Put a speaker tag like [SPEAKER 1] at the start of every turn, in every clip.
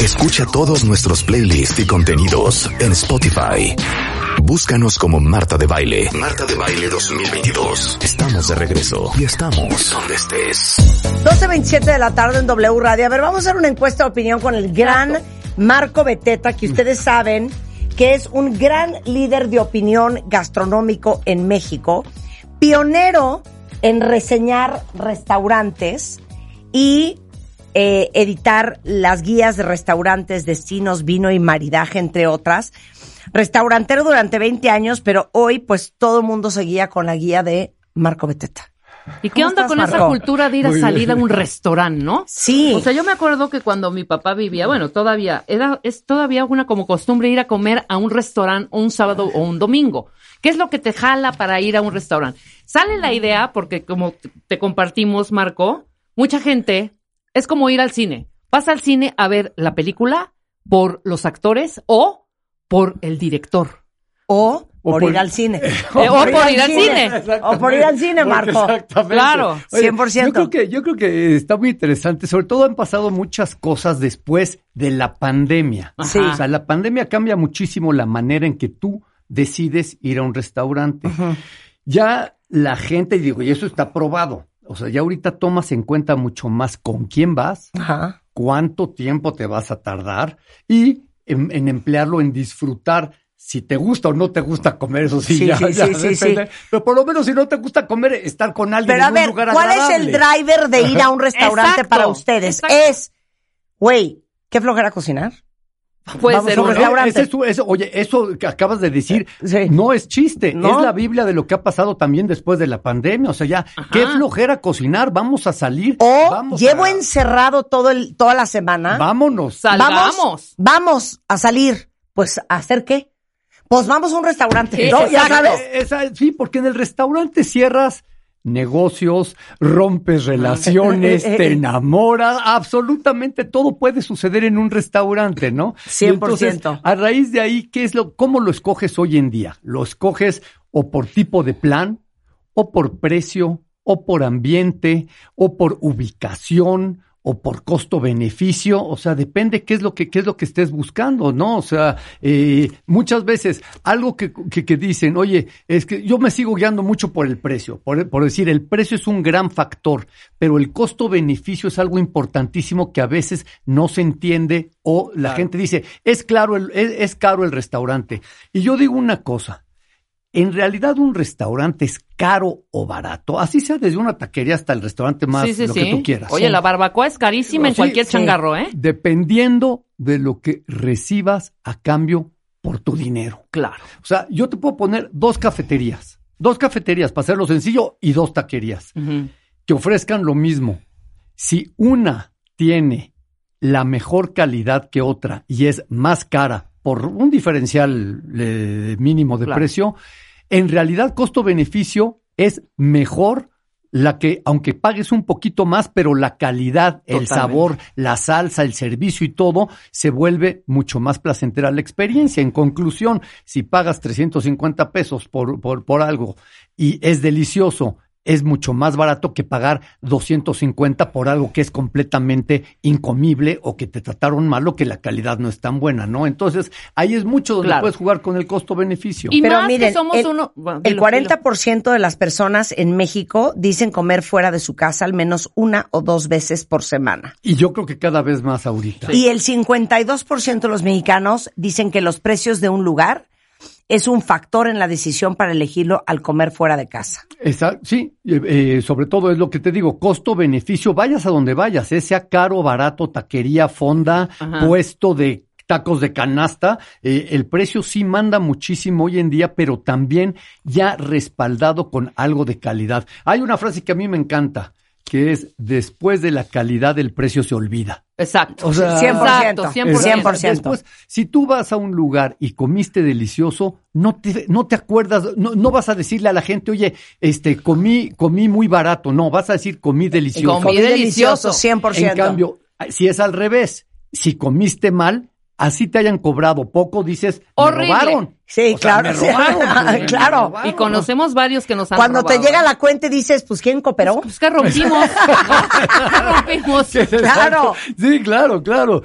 [SPEAKER 1] Escucha todos nuestros playlists y contenidos en Spotify. Búscanos como Marta de Baile. Marta de Baile 2022. Estamos de regreso y estamos donde estés.
[SPEAKER 2] 12.27 de la tarde en W Radio. A ver, vamos a hacer una encuesta de opinión con el gran Marco Beteta, que ustedes saben que es un gran líder de opinión gastronómico en México, pionero en reseñar restaurantes y eh, editar las guías de restaurantes, destinos, vino y maridaje, entre otras. Restaurantero durante 20 años, pero hoy pues todo el mundo seguía con la guía de Marco Beteta.
[SPEAKER 3] ¿Y qué onda
[SPEAKER 2] estás,
[SPEAKER 3] con esa
[SPEAKER 2] Marco?
[SPEAKER 3] cultura de ir a salir a un restaurante, no?
[SPEAKER 2] Sí.
[SPEAKER 3] O sea, yo me acuerdo que cuando mi papá vivía, bueno, todavía, era, es todavía una como costumbre ir a comer a un restaurante un sábado o un domingo. ¿Qué es lo que te jala para ir a un restaurante? Sale la idea, porque como t- te compartimos, Marco, mucha gente es como ir al cine. Vas al cine a ver la película por los actores o por el director.
[SPEAKER 2] O, por,
[SPEAKER 4] por-
[SPEAKER 2] ir al cine.
[SPEAKER 3] Eh, o por ir al cine.
[SPEAKER 2] O por ir al cine, Marco.
[SPEAKER 4] Exactamente.
[SPEAKER 3] Claro,
[SPEAKER 2] 100%.
[SPEAKER 4] Yo creo, que, yo creo que está muy interesante. Sobre todo han pasado muchas cosas después de la pandemia.
[SPEAKER 3] Sí.
[SPEAKER 4] O sea, la pandemia cambia muchísimo la manera en que tú decides ir a un restaurante. Ya la gente, digo, y eso está probado. O sea, ya ahorita tomas en cuenta mucho más con quién vas,
[SPEAKER 2] Ajá.
[SPEAKER 4] cuánto tiempo te vas a tardar y en, en emplearlo en disfrutar. Si te gusta o no te gusta comer, eso sí,
[SPEAKER 2] Sí,
[SPEAKER 4] ya,
[SPEAKER 2] sí,
[SPEAKER 4] ya
[SPEAKER 2] sí, sí,
[SPEAKER 4] depende. Pero por lo menos si no te gusta comer, estar con alguien
[SPEAKER 2] Pero a
[SPEAKER 4] en un
[SPEAKER 2] ver,
[SPEAKER 4] lugar
[SPEAKER 2] ¿cuál es el
[SPEAKER 4] agradable.
[SPEAKER 2] driver de ir a un restaurante
[SPEAKER 3] Exacto,
[SPEAKER 2] para ustedes?
[SPEAKER 3] exacto.
[SPEAKER 2] Es, güey, qué flojera cocinar.
[SPEAKER 3] Puede
[SPEAKER 2] Vamos
[SPEAKER 3] ser
[SPEAKER 2] a un
[SPEAKER 3] uno.
[SPEAKER 2] restaurante.
[SPEAKER 4] Ese es tu- eso- oye, eso que acabas de decir
[SPEAKER 2] Sí.
[SPEAKER 4] no es chiste,
[SPEAKER 2] No.
[SPEAKER 4] es la Biblia de lo que ha pasado también después de la pandemia. O sea, ya, qué flojera cocinar, vamos a salir.
[SPEAKER 2] O
[SPEAKER 4] vamos
[SPEAKER 2] llevo
[SPEAKER 4] a-
[SPEAKER 2] encerrado todo el, toda la semana.
[SPEAKER 4] Vámonos.
[SPEAKER 3] Salgamos.
[SPEAKER 2] Vamos, vamos a salir. Pues, ¿a hacer qué? Pues vamos a un restaurante.
[SPEAKER 3] Eh,
[SPEAKER 2] No, ya
[SPEAKER 3] exacto.
[SPEAKER 2] sabes.
[SPEAKER 4] Eh, esa- sí, porque en el restaurante cierras negocios, rompes relaciones,
[SPEAKER 2] Ah. Eh, eh, eh,
[SPEAKER 4] te
[SPEAKER 2] eh.
[SPEAKER 4] enamoras, absolutamente todo puede suceder en un restaurante, ¿no? Y entonces,
[SPEAKER 2] 100%.
[SPEAKER 4] a raíz de ahí, ¿qué es lo, cómo lo escoges hoy en día? ¿Lo escoges o por tipo de plan, o por precio, o por ambiente, o por ubicación? o por costo-beneficio, o sea, depende qué es lo que, qué es lo que estés buscando, ¿no? O sea, eh, muchas veces algo que, que, que dicen, oye, es que yo me sigo guiando mucho por el precio, por, por decir, el precio es un gran factor, pero el costo-beneficio es algo importantísimo que a veces no se entiende o la gente dice, es, claro el- es- es caro el restaurante. Y yo digo una cosa, en realidad un restaurante es caro o barato, así sea desde una taquería hasta el restaurante más lo que tú quieras.
[SPEAKER 3] Oye,
[SPEAKER 4] Sí.
[SPEAKER 3] la barbacoa es carísima en
[SPEAKER 4] Sí,
[SPEAKER 3] cualquier
[SPEAKER 4] sí.
[SPEAKER 3] changarro, ¿eh?
[SPEAKER 4] Dependiendo de lo que recibas a cambio por tu dinero.
[SPEAKER 3] Claro.
[SPEAKER 4] O sea, yo te puedo poner dos cafeterías, dos cafeterías para hacerlo sencillo y dos taquerías que ofrezcan lo mismo. Si una tiene la mejor calidad que otra y es más cara por un diferencial eh, mínimo de
[SPEAKER 3] Claro.
[SPEAKER 4] precio, en realidad costo-beneficio es mejor la que, aunque pagues un poquito más, pero la calidad, el
[SPEAKER 3] Totalmente.
[SPEAKER 4] sabor, la salsa, el servicio y todo, se vuelve mucho más placentera la experiencia. En conclusión, si pagas 350 pesos por, por, por algo y es delicioso, es mucho más barato que pagar 250 por algo que es completamente incomible o que te trataron mal o que la calidad no es tan buena, ¿no? Entonces, ahí es mucho donde
[SPEAKER 3] Claro.
[SPEAKER 4] puedes jugar con el costo-beneficio.
[SPEAKER 3] Y
[SPEAKER 2] Pero
[SPEAKER 3] más
[SPEAKER 2] miren,
[SPEAKER 3] que somos
[SPEAKER 2] el,
[SPEAKER 3] uno. bueno,
[SPEAKER 2] el
[SPEAKER 3] dilo,
[SPEAKER 2] 40% de las personas en México dicen comer fuera de su casa al menos una o dos veces por semana.
[SPEAKER 4] Y yo creo que cada vez más ahorita.
[SPEAKER 2] Y el 52% de los mexicanos dicen que los precios de un lugar es un factor en la decisión para elegirlo al comer fuera de casa.
[SPEAKER 4] Esa- sí, eh, eh, sobre todo es lo que te digo, costo-beneficio, vayas a donde vayas, eh, sea caro, barato, taquería, fonda,
[SPEAKER 3] Ajá.
[SPEAKER 4] puesto de tacos de canasta, eh, el precio sí manda muchísimo hoy en día, pero también ya respaldado con algo de calidad. Hay una frase que a mí me encanta, que es después de la calidad del precio se olvida.
[SPEAKER 3] Exacto.
[SPEAKER 4] O sea,
[SPEAKER 2] 100%.
[SPEAKER 3] Exacto, 100%.
[SPEAKER 2] 100%.
[SPEAKER 4] Después, si tú vas a un lugar y comiste delicioso, no te, no te acuerdas, no, no vas a decirle a la gente, oye, este, comí, comí muy barato. No, vas a decir comí delicioso.
[SPEAKER 3] Comí delicioso,
[SPEAKER 2] 100%.
[SPEAKER 4] En cambio, si es al revés, si comiste mal, así te hayan cobrado poco, dices, me
[SPEAKER 3] Horrible.
[SPEAKER 4] robaron.
[SPEAKER 2] Sí,
[SPEAKER 4] O sea,
[SPEAKER 2] claro.
[SPEAKER 4] me robaron, pues, me
[SPEAKER 2] claro.
[SPEAKER 4] robaron.
[SPEAKER 3] Y conocemos varios que nos han
[SPEAKER 2] Cuando te
[SPEAKER 3] robado.
[SPEAKER 2] llega la cuenta y dices, pues ¿quién cooperó?
[SPEAKER 3] Pues que rompimos. ¿no? ¿Qué rompimos?
[SPEAKER 4] Exacto.
[SPEAKER 2] Claro.
[SPEAKER 4] Sí, claro, claro.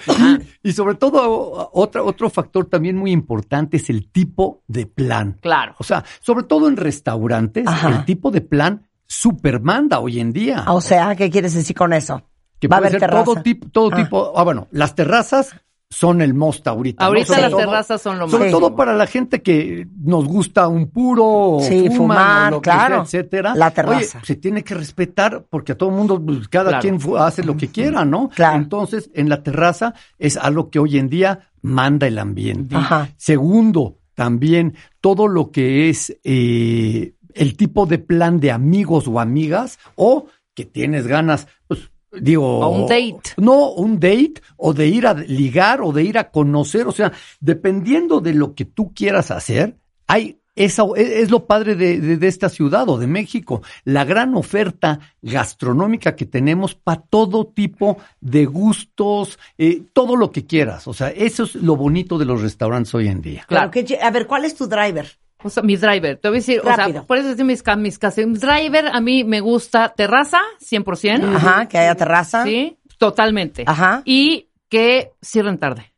[SPEAKER 4] Y, y sobre todo, o- otra, otro factor también muy importante es el tipo de plan.
[SPEAKER 3] Claro.
[SPEAKER 4] O sea, sobre todo en restaurantes,
[SPEAKER 2] Ajá.
[SPEAKER 4] el tipo de plan supermanda hoy en día.
[SPEAKER 2] O sea, ¿qué quieres decir con eso?
[SPEAKER 4] que
[SPEAKER 2] va a
[SPEAKER 4] puede
[SPEAKER 2] haber
[SPEAKER 4] ser
[SPEAKER 2] terraza.
[SPEAKER 4] todo tipo, todo
[SPEAKER 2] Ah.
[SPEAKER 4] tipo. Ah, bueno, las terrazas son el most ahorita. ¿no?
[SPEAKER 3] Ahorita
[SPEAKER 4] Sobre
[SPEAKER 3] las
[SPEAKER 4] todo-
[SPEAKER 3] terrazas son lo más.
[SPEAKER 4] Sobre
[SPEAKER 2] Sí.
[SPEAKER 4] todo para la gente que nos gusta un puro, o
[SPEAKER 2] Sí,
[SPEAKER 4] fuman,
[SPEAKER 2] fumar,
[SPEAKER 4] o lo que
[SPEAKER 2] claro.
[SPEAKER 4] sea, etcétera.
[SPEAKER 2] La
[SPEAKER 4] Oye,
[SPEAKER 2] terraza.
[SPEAKER 4] se tiene que respetar porque a todo el mundo, pues, cada
[SPEAKER 3] Claro.
[SPEAKER 4] quien fu- hace lo que quiera, ¿no?
[SPEAKER 2] Claro.
[SPEAKER 4] Entonces, en la terraza es algo que hoy en día manda el ambiente.
[SPEAKER 2] Ajá.
[SPEAKER 4] Segundo, también todo lo que es eh, el tipo de plan de amigos o amigas o que tienes ganas, pues, digo...
[SPEAKER 3] O un date.
[SPEAKER 4] No, un date o de ir a ligar o de ir a conocer, o sea, dependiendo de lo que tú quieras hacer, hay esa es, es lo padre de, de- de esta ciudad o de México, la gran oferta gastronómica que tenemos para todo tipo de gustos, eh, todo lo que quieras, o sea, eso es lo bonito de los restaurantes hoy en día.
[SPEAKER 3] Claro.
[SPEAKER 2] Claro. que lle- a ver, ¿cuál es tu driver?
[SPEAKER 3] O sea, mi driver, te voy a decir, o
[SPEAKER 2] Rápido.
[SPEAKER 3] sea, por eso es de mis, ca- mis casi. Driver, a mí me gusta terraza, 100%.
[SPEAKER 2] Ajá, que haya terraza.
[SPEAKER 3] Sí, totalmente.
[SPEAKER 2] Ajá.
[SPEAKER 3] Y que cierren tarde.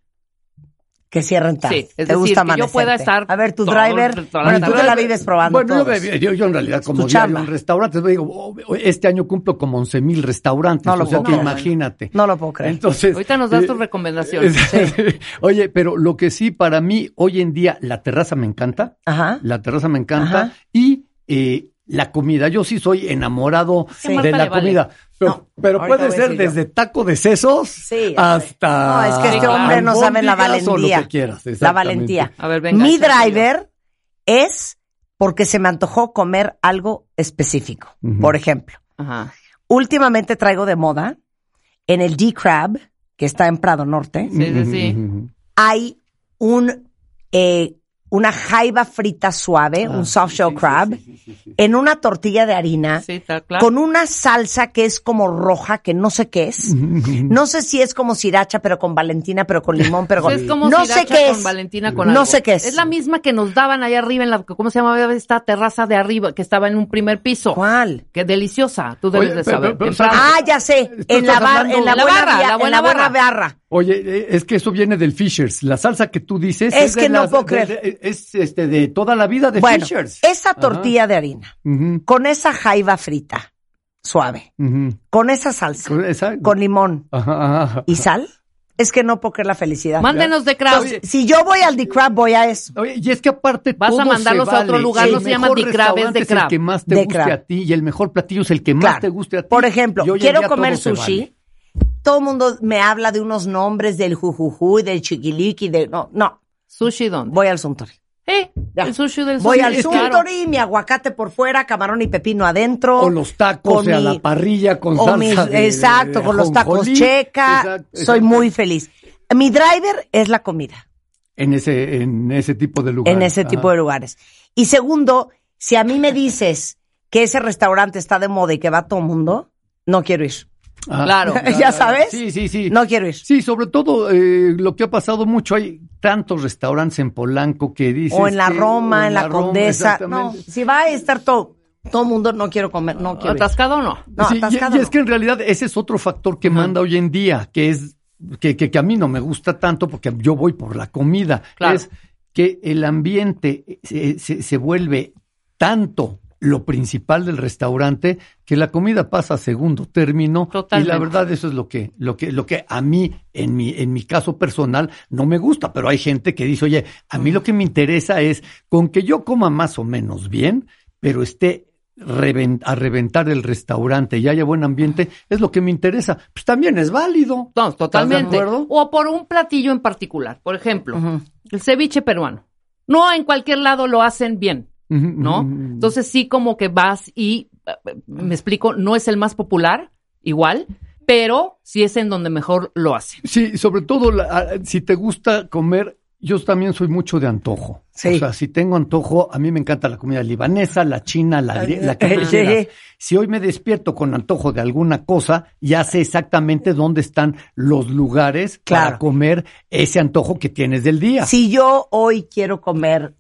[SPEAKER 2] Que cierren tarde.
[SPEAKER 3] Sí, es
[SPEAKER 2] Te
[SPEAKER 3] decir,
[SPEAKER 2] gusta
[SPEAKER 3] que yo
[SPEAKER 2] amanecerte.
[SPEAKER 3] pueda estar
[SPEAKER 2] A ver, tu
[SPEAKER 3] todo-
[SPEAKER 2] driver.
[SPEAKER 3] toda la
[SPEAKER 2] Bueno, tú
[SPEAKER 3] tarde.
[SPEAKER 2] te la vives probando.
[SPEAKER 4] Bueno, yo,
[SPEAKER 2] todos.
[SPEAKER 4] me- yo, yo en realidad como
[SPEAKER 2] tu
[SPEAKER 4] diario
[SPEAKER 2] chamba.
[SPEAKER 4] en restaurantes, digo, oh, este año cumplo como 11 mil restaurantes,
[SPEAKER 2] No lo
[SPEAKER 4] o sea
[SPEAKER 2] puedo creer.
[SPEAKER 4] que imagínate.
[SPEAKER 2] No lo puedo creer.
[SPEAKER 4] Entonces,
[SPEAKER 3] Ahorita nos das
[SPEAKER 4] eh,
[SPEAKER 3] tus recomendaciones.
[SPEAKER 4] Oye, pero lo que sí para mí hoy en día la terraza me encanta,
[SPEAKER 2] Ajá.
[SPEAKER 4] la terraza me encanta
[SPEAKER 2] Ajá.
[SPEAKER 4] y eh, la comida. Yo sí soy enamorado
[SPEAKER 2] Sí.
[SPEAKER 4] de
[SPEAKER 3] Marta
[SPEAKER 4] la
[SPEAKER 3] le vale.
[SPEAKER 4] comida, pero,
[SPEAKER 2] No,
[SPEAKER 4] pero
[SPEAKER 2] ahorita voy
[SPEAKER 4] puede
[SPEAKER 2] a
[SPEAKER 4] ser
[SPEAKER 2] decir yo.
[SPEAKER 4] desde taco de sesos
[SPEAKER 2] Sí,
[SPEAKER 4] hasta.
[SPEAKER 2] No, es que este
[SPEAKER 3] claro.
[SPEAKER 2] hombre no sabe la
[SPEAKER 4] albóndigas o lo
[SPEAKER 2] valentía.
[SPEAKER 4] que quieras,
[SPEAKER 2] la
[SPEAKER 4] exactamente.
[SPEAKER 2] valentía.
[SPEAKER 3] A ver, venga.
[SPEAKER 2] Mi
[SPEAKER 3] échate.
[SPEAKER 2] driver es porque se me antojó comer algo específico.
[SPEAKER 4] Ujú.
[SPEAKER 2] Por ejemplo,
[SPEAKER 3] Ajá.
[SPEAKER 2] últimamente traigo de moda en el D-Crab, que está en Prado Norte,
[SPEAKER 3] Sí, sí, sí.
[SPEAKER 4] Ujú.
[SPEAKER 2] hay un eh, una jaiba frita suave,
[SPEAKER 4] Ah,
[SPEAKER 2] un soft
[SPEAKER 4] sí,
[SPEAKER 2] shell
[SPEAKER 4] sí,
[SPEAKER 2] crab,
[SPEAKER 4] sí, sí, sí, sí.
[SPEAKER 2] en una tortilla de harina,
[SPEAKER 3] Sí, está claro.
[SPEAKER 2] con una salsa que es como roja, que no sé qué es.
[SPEAKER 4] Ujú.
[SPEAKER 2] No sé si es como sriracha, pero con Valentina, pero con limón, pero con...
[SPEAKER 3] Entonces, Pues es como
[SPEAKER 2] no
[SPEAKER 3] sriracha
[SPEAKER 2] sé qué
[SPEAKER 3] con
[SPEAKER 2] es.
[SPEAKER 3] Valentina con
[SPEAKER 2] No
[SPEAKER 3] algo.
[SPEAKER 2] sé qué es.
[SPEAKER 3] Es la misma que nos daban allá arriba en la, ¿cómo se llamaba esta terraza de arriba que estaba en un primer piso?
[SPEAKER 2] ¿Cuál?
[SPEAKER 3] Qué deliciosa, tú
[SPEAKER 4] Oye,
[SPEAKER 3] debes de
[SPEAKER 4] pero-
[SPEAKER 3] saber.
[SPEAKER 4] pero- pero
[SPEAKER 3] En Prado.
[SPEAKER 4] ¿sabes?
[SPEAKER 2] Ah, ya sé, en la,
[SPEAKER 4] estás
[SPEAKER 2] bar-
[SPEAKER 4] hablando-
[SPEAKER 2] en la,
[SPEAKER 3] La
[SPEAKER 2] buena,
[SPEAKER 3] barra,
[SPEAKER 2] via-
[SPEAKER 3] la
[SPEAKER 2] en
[SPEAKER 3] buena
[SPEAKER 2] la buena
[SPEAKER 3] barra.
[SPEAKER 2] barra.
[SPEAKER 4] Oye, eh, es que eso viene del Fishers. La salsa que tú dices
[SPEAKER 2] Es que
[SPEAKER 4] de
[SPEAKER 2] no
[SPEAKER 4] las-
[SPEAKER 2] puedo
[SPEAKER 4] de-
[SPEAKER 2] creer.
[SPEAKER 4] de- es este de toda la vida de
[SPEAKER 2] Bueno,
[SPEAKER 4] Fishers.
[SPEAKER 2] esa
[SPEAKER 4] Ajá.
[SPEAKER 2] tortilla de harina,
[SPEAKER 4] Ujú,
[SPEAKER 2] con esa jaiba frita, suave,
[SPEAKER 4] ujú.
[SPEAKER 2] con esa salsa,
[SPEAKER 4] Con esa-
[SPEAKER 2] con limón
[SPEAKER 4] Ajá, ajá, ajá.
[SPEAKER 2] y sal, es que no puedo creer la felicidad.
[SPEAKER 3] Mándenos de crowd.
[SPEAKER 4] Oye,
[SPEAKER 2] Si yo voy al The Crab, voy a eso.
[SPEAKER 4] Oye, y es que aparte
[SPEAKER 3] Vas a
[SPEAKER 4] todo
[SPEAKER 3] mandarlos
[SPEAKER 4] se
[SPEAKER 3] a otro
[SPEAKER 4] vale.
[SPEAKER 3] lugar,
[SPEAKER 4] El
[SPEAKER 3] no se llama
[SPEAKER 4] mejor
[SPEAKER 3] de crab, es de
[SPEAKER 4] restaurante el
[SPEAKER 3] crab.
[SPEAKER 4] que más te
[SPEAKER 2] De
[SPEAKER 4] guste
[SPEAKER 2] crab.
[SPEAKER 4] a ti y el mejor platillo es el que
[SPEAKER 2] Claro.
[SPEAKER 4] más te guste a ti.
[SPEAKER 2] Por ejemplo,
[SPEAKER 4] Y hoy en
[SPEAKER 2] quiero
[SPEAKER 4] día
[SPEAKER 2] comer
[SPEAKER 4] todo se
[SPEAKER 2] sushi.
[SPEAKER 4] vale.
[SPEAKER 2] Todo el mundo me habla de unos nombres del jujujuy, del chiquiliqui, de no, no,
[SPEAKER 3] ¿Sushi dónde?
[SPEAKER 2] voy al Suntory.
[SPEAKER 3] Eh,
[SPEAKER 2] Ya.
[SPEAKER 3] el sushi del
[SPEAKER 2] Voy
[SPEAKER 3] sushi
[SPEAKER 2] al
[SPEAKER 3] es caro.
[SPEAKER 2] Suntory, mi aguacate por fuera, camarón y pepino adentro.
[SPEAKER 4] O los tacos
[SPEAKER 2] Con
[SPEAKER 4] a
[SPEAKER 2] mi-
[SPEAKER 4] la parrilla con
[SPEAKER 2] o
[SPEAKER 4] salsa
[SPEAKER 2] mis-
[SPEAKER 4] de-
[SPEAKER 2] exacto,
[SPEAKER 4] de
[SPEAKER 2] con los tacos
[SPEAKER 4] ajonjolí.
[SPEAKER 2] checa.
[SPEAKER 4] Exacto,
[SPEAKER 2] Soy
[SPEAKER 4] exacto.
[SPEAKER 2] muy feliz. Mi driver es la comida
[SPEAKER 4] en ese en ese tipo de lugar.
[SPEAKER 2] en ese tipo de lugares. Y segundo, si a mí me dices que ese restaurante está de moda y que va todo el mundo, no quiero ir.
[SPEAKER 3] Claro.
[SPEAKER 2] ¿Ya sabes?
[SPEAKER 4] Ah, Sí, sí, sí.
[SPEAKER 2] No quiero ir.
[SPEAKER 4] Sí, sobre todo eh, lo que ha pasado mucho, hay tantos restaurantes en Polanco que dicen...
[SPEAKER 2] o en la Roma, en la Condesa. No, si va a estar todo, todo mundo no quiero comer, no quiero. ir.
[SPEAKER 3] ¿Atascado o no?
[SPEAKER 2] No,
[SPEAKER 4] Sí, y-
[SPEAKER 2] atascado
[SPEAKER 4] y, es
[SPEAKER 2] no.
[SPEAKER 4] que en realidad ese es otro factor que manda hoy en día, que es que, que- que a mí no me gusta tanto porque yo voy por la comida.
[SPEAKER 3] Claro.
[SPEAKER 4] Es que el ambiente se, se- se vuelve tanto lo principal del restaurante que la comida pasa a segundo término y
[SPEAKER 3] Totalmente.
[SPEAKER 4] la verdad eso es lo que lo que lo que a mí en mi en mi caso personal no me gusta pero hay gente que dice oye a
[SPEAKER 2] Mm.
[SPEAKER 4] mí lo que me interesa es con que yo coma más o menos bien pero esté reven- a reventar el restaurante y haya buen ambiente, es lo que me interesa. Pues también es válido.
[SPEAKER 3] No,
[SPEAKER 4] ¿Estás de
[SPEAKER 3] totalmente.
[SPEAKER 4] acuerdo?
[SPEAKER 3] O por un platillo en particular. Por ejemplo,
[SPEAKER 2] Ujú.
[SPEAKER 3] el ceviche peruano.
[SPEAKER 2] Mm.
[SPEAKER 3] No en cualquier lado lo hacen bien, ¿no? Entonces sí como que vas y eh, me explico, no es el más popular, igual, pero sí es en donde mejor lo hacen.
[SPEAKER 4] Sí, sobre todo la- si te gusta comer, yo también soy mucho de antojo.
[SPEAKER 2] Sí.
[SPEAKER 4] O sea, si tengo antojo, a mí me encanta la comida libanesa, la china, la, grie- la que
[SPEAKER 2] eh, Sí.
[SPEAKER 4] tú quieras. Si hoy me despierto con antojo de alguna cosa, ya sé exactamente dónde están los lugares
[SPEAKER 2] Claro.
[SPEAKER 4] para comer ese antojo que tienes del día.
[SPEAKER 2] Si yo hoy quiero comer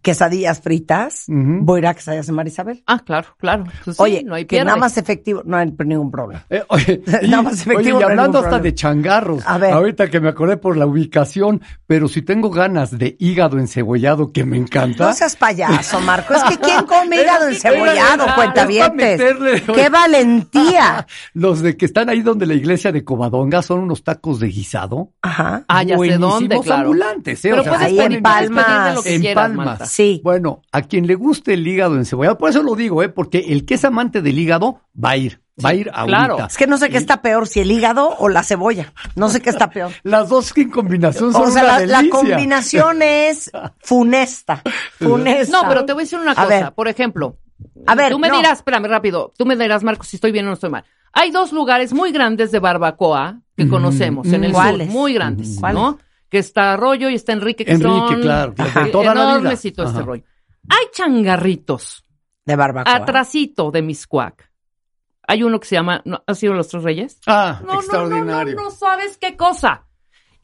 [SPEAKER 2] quesadillas fritas,
[SPEAKER 4] Ujú.
[SPEAKER 2] voy a ir a quesadillas de Marisabel.
[SPEAKER 3] Ah, claro, claro. Eso sí,
[SPEAKER 2] Oye,
[SPEAKER 3] no hay
[SPEAKER 2] que
[SPEAKER 3] pierde.
[SPEAKER 2] nada más efectivo, no hay ningún problema.
[SPEAKER 4] Eh, oye, y,
[SPEAKER 2] Nada más efectivo,
[SPEAKER 4] oye, y
[SPEAKER 2] no hay ningún
[SPEAKER 4] hablando hasta
[SPEAKER 2] problema.
[SPEAKER 4] de changarros,
[SPEAKER 2] A ver.
[SPEAKER 4] ahorita que me acordé por la ubicación, pero si tengo ganas de hígado encebollado que me encanta.
[SPEAKER 2] No seas payaso, Marco. Es que ¿quién come hígado
[SPEAKER 4] Era- era-
[SPEAKER 2] encebollado,
[SPEAKER 4] era-
[SPEAKER 2] cuentavientes?
[SPEAKER 4] es para meterle-
[SPEAKER 2] ¡Qué valentía!
[SPEAKER 4] Los de que están ahí donde la iglesia de Covadonga son unos tacos de guisado.
[SPEAKER 2] Ajá.
[SPEAKER 3] Ah, ya sé
[SPEAKER 4] Buenísimos
[SPEAKER 3] dónde, claro.
[SPEAKER 4] ambulantes, ¿eh?
[SPEAKER 3] Pero
[SPEAKER 4] O sea,
[SPEAKER 3] puedes,
[SPEAKER 2] ahí
[SPEAKER 3] pedir,
[SPEAKER 2] en
[SPEAKER 3] puedes pedir de lo
[SPEAKER 2] Palmas.
[SPEAKER 3] que
[SPEAKER 4] en
[SPEAKER 3] quieras,
[SPEAKER 4] Palmas.
[SPEAKER 3] Marta.
[SPEAKER 2] Sí.
[SPEAKER 4] Bueno, a quien le guste el hígado encebollado, por eso lo digo, ¿eh? Porque el que es amante del hígado va a ir, va a ir ahorita.
[SPEAKER 3] claro.
[SPEAKER 2] Es que no sé qué está peor, si el hígado o la cebolla. No sé qué está peor.
[SPEAKER 4] Las dos en combinación son
[SPEAKER 2] O sea,
[SPEAKER 4] una
[SPEAKER 2] la, la
[SPEAKER 4] delicia.
[SPEAKER 2] combinación es funesta. Funesta.
[SPEAKER 3] No, pero te voy a decir una
[SPEAKER 2] A
[SPEAKER 3] cosa.
[SPEAKER 2] ver.
[SPEAKER 3] Por ejemplo,
[SPEAKER 2] A ver,
[SPEAKER 3] tú me
[SPEAKER 2] no.
[SPEAKER 3] dirás, espérame rápido, tú me dirás, Marcos, si estoy bien o no estoy mal. Hay dos lugares muy grandes de barbacoa que conocemos en el
[SPEAKER 2] Mm, ¿Cuáles? Mm.
[SPEAKER 3] sur, muy grandes,
[SPEAKER 2] ¿Cuáles?
[SPEAKER 3] ¿no? Que está Arroyo y está Enrique, que
[SPEAKER 4] Enrique,
[SPEAKER 3] son
[SPEAKER 4] claro, de
[SPEAKER 3] eh,
[SPEAKER 4] toda la vida.
[SPEAKER 3] enormes y todo este
[SPEAKER 4] Ajá.
[SPEAKER 3] rollo. Hay changarritos,
[SPEAKER 2] De barbacoa.
[SPEAKER 3] atrasito de Miscuac. Hay uno que se llama, ¿no? ¿ha sido Los Tres Reyes?
[SPEAKER 4] Ah,
[SPEAKER 3] No, no, no,
[SPEAKER 4] extraordinario.
[SPEAKER 3] no, no sabes qué cosa.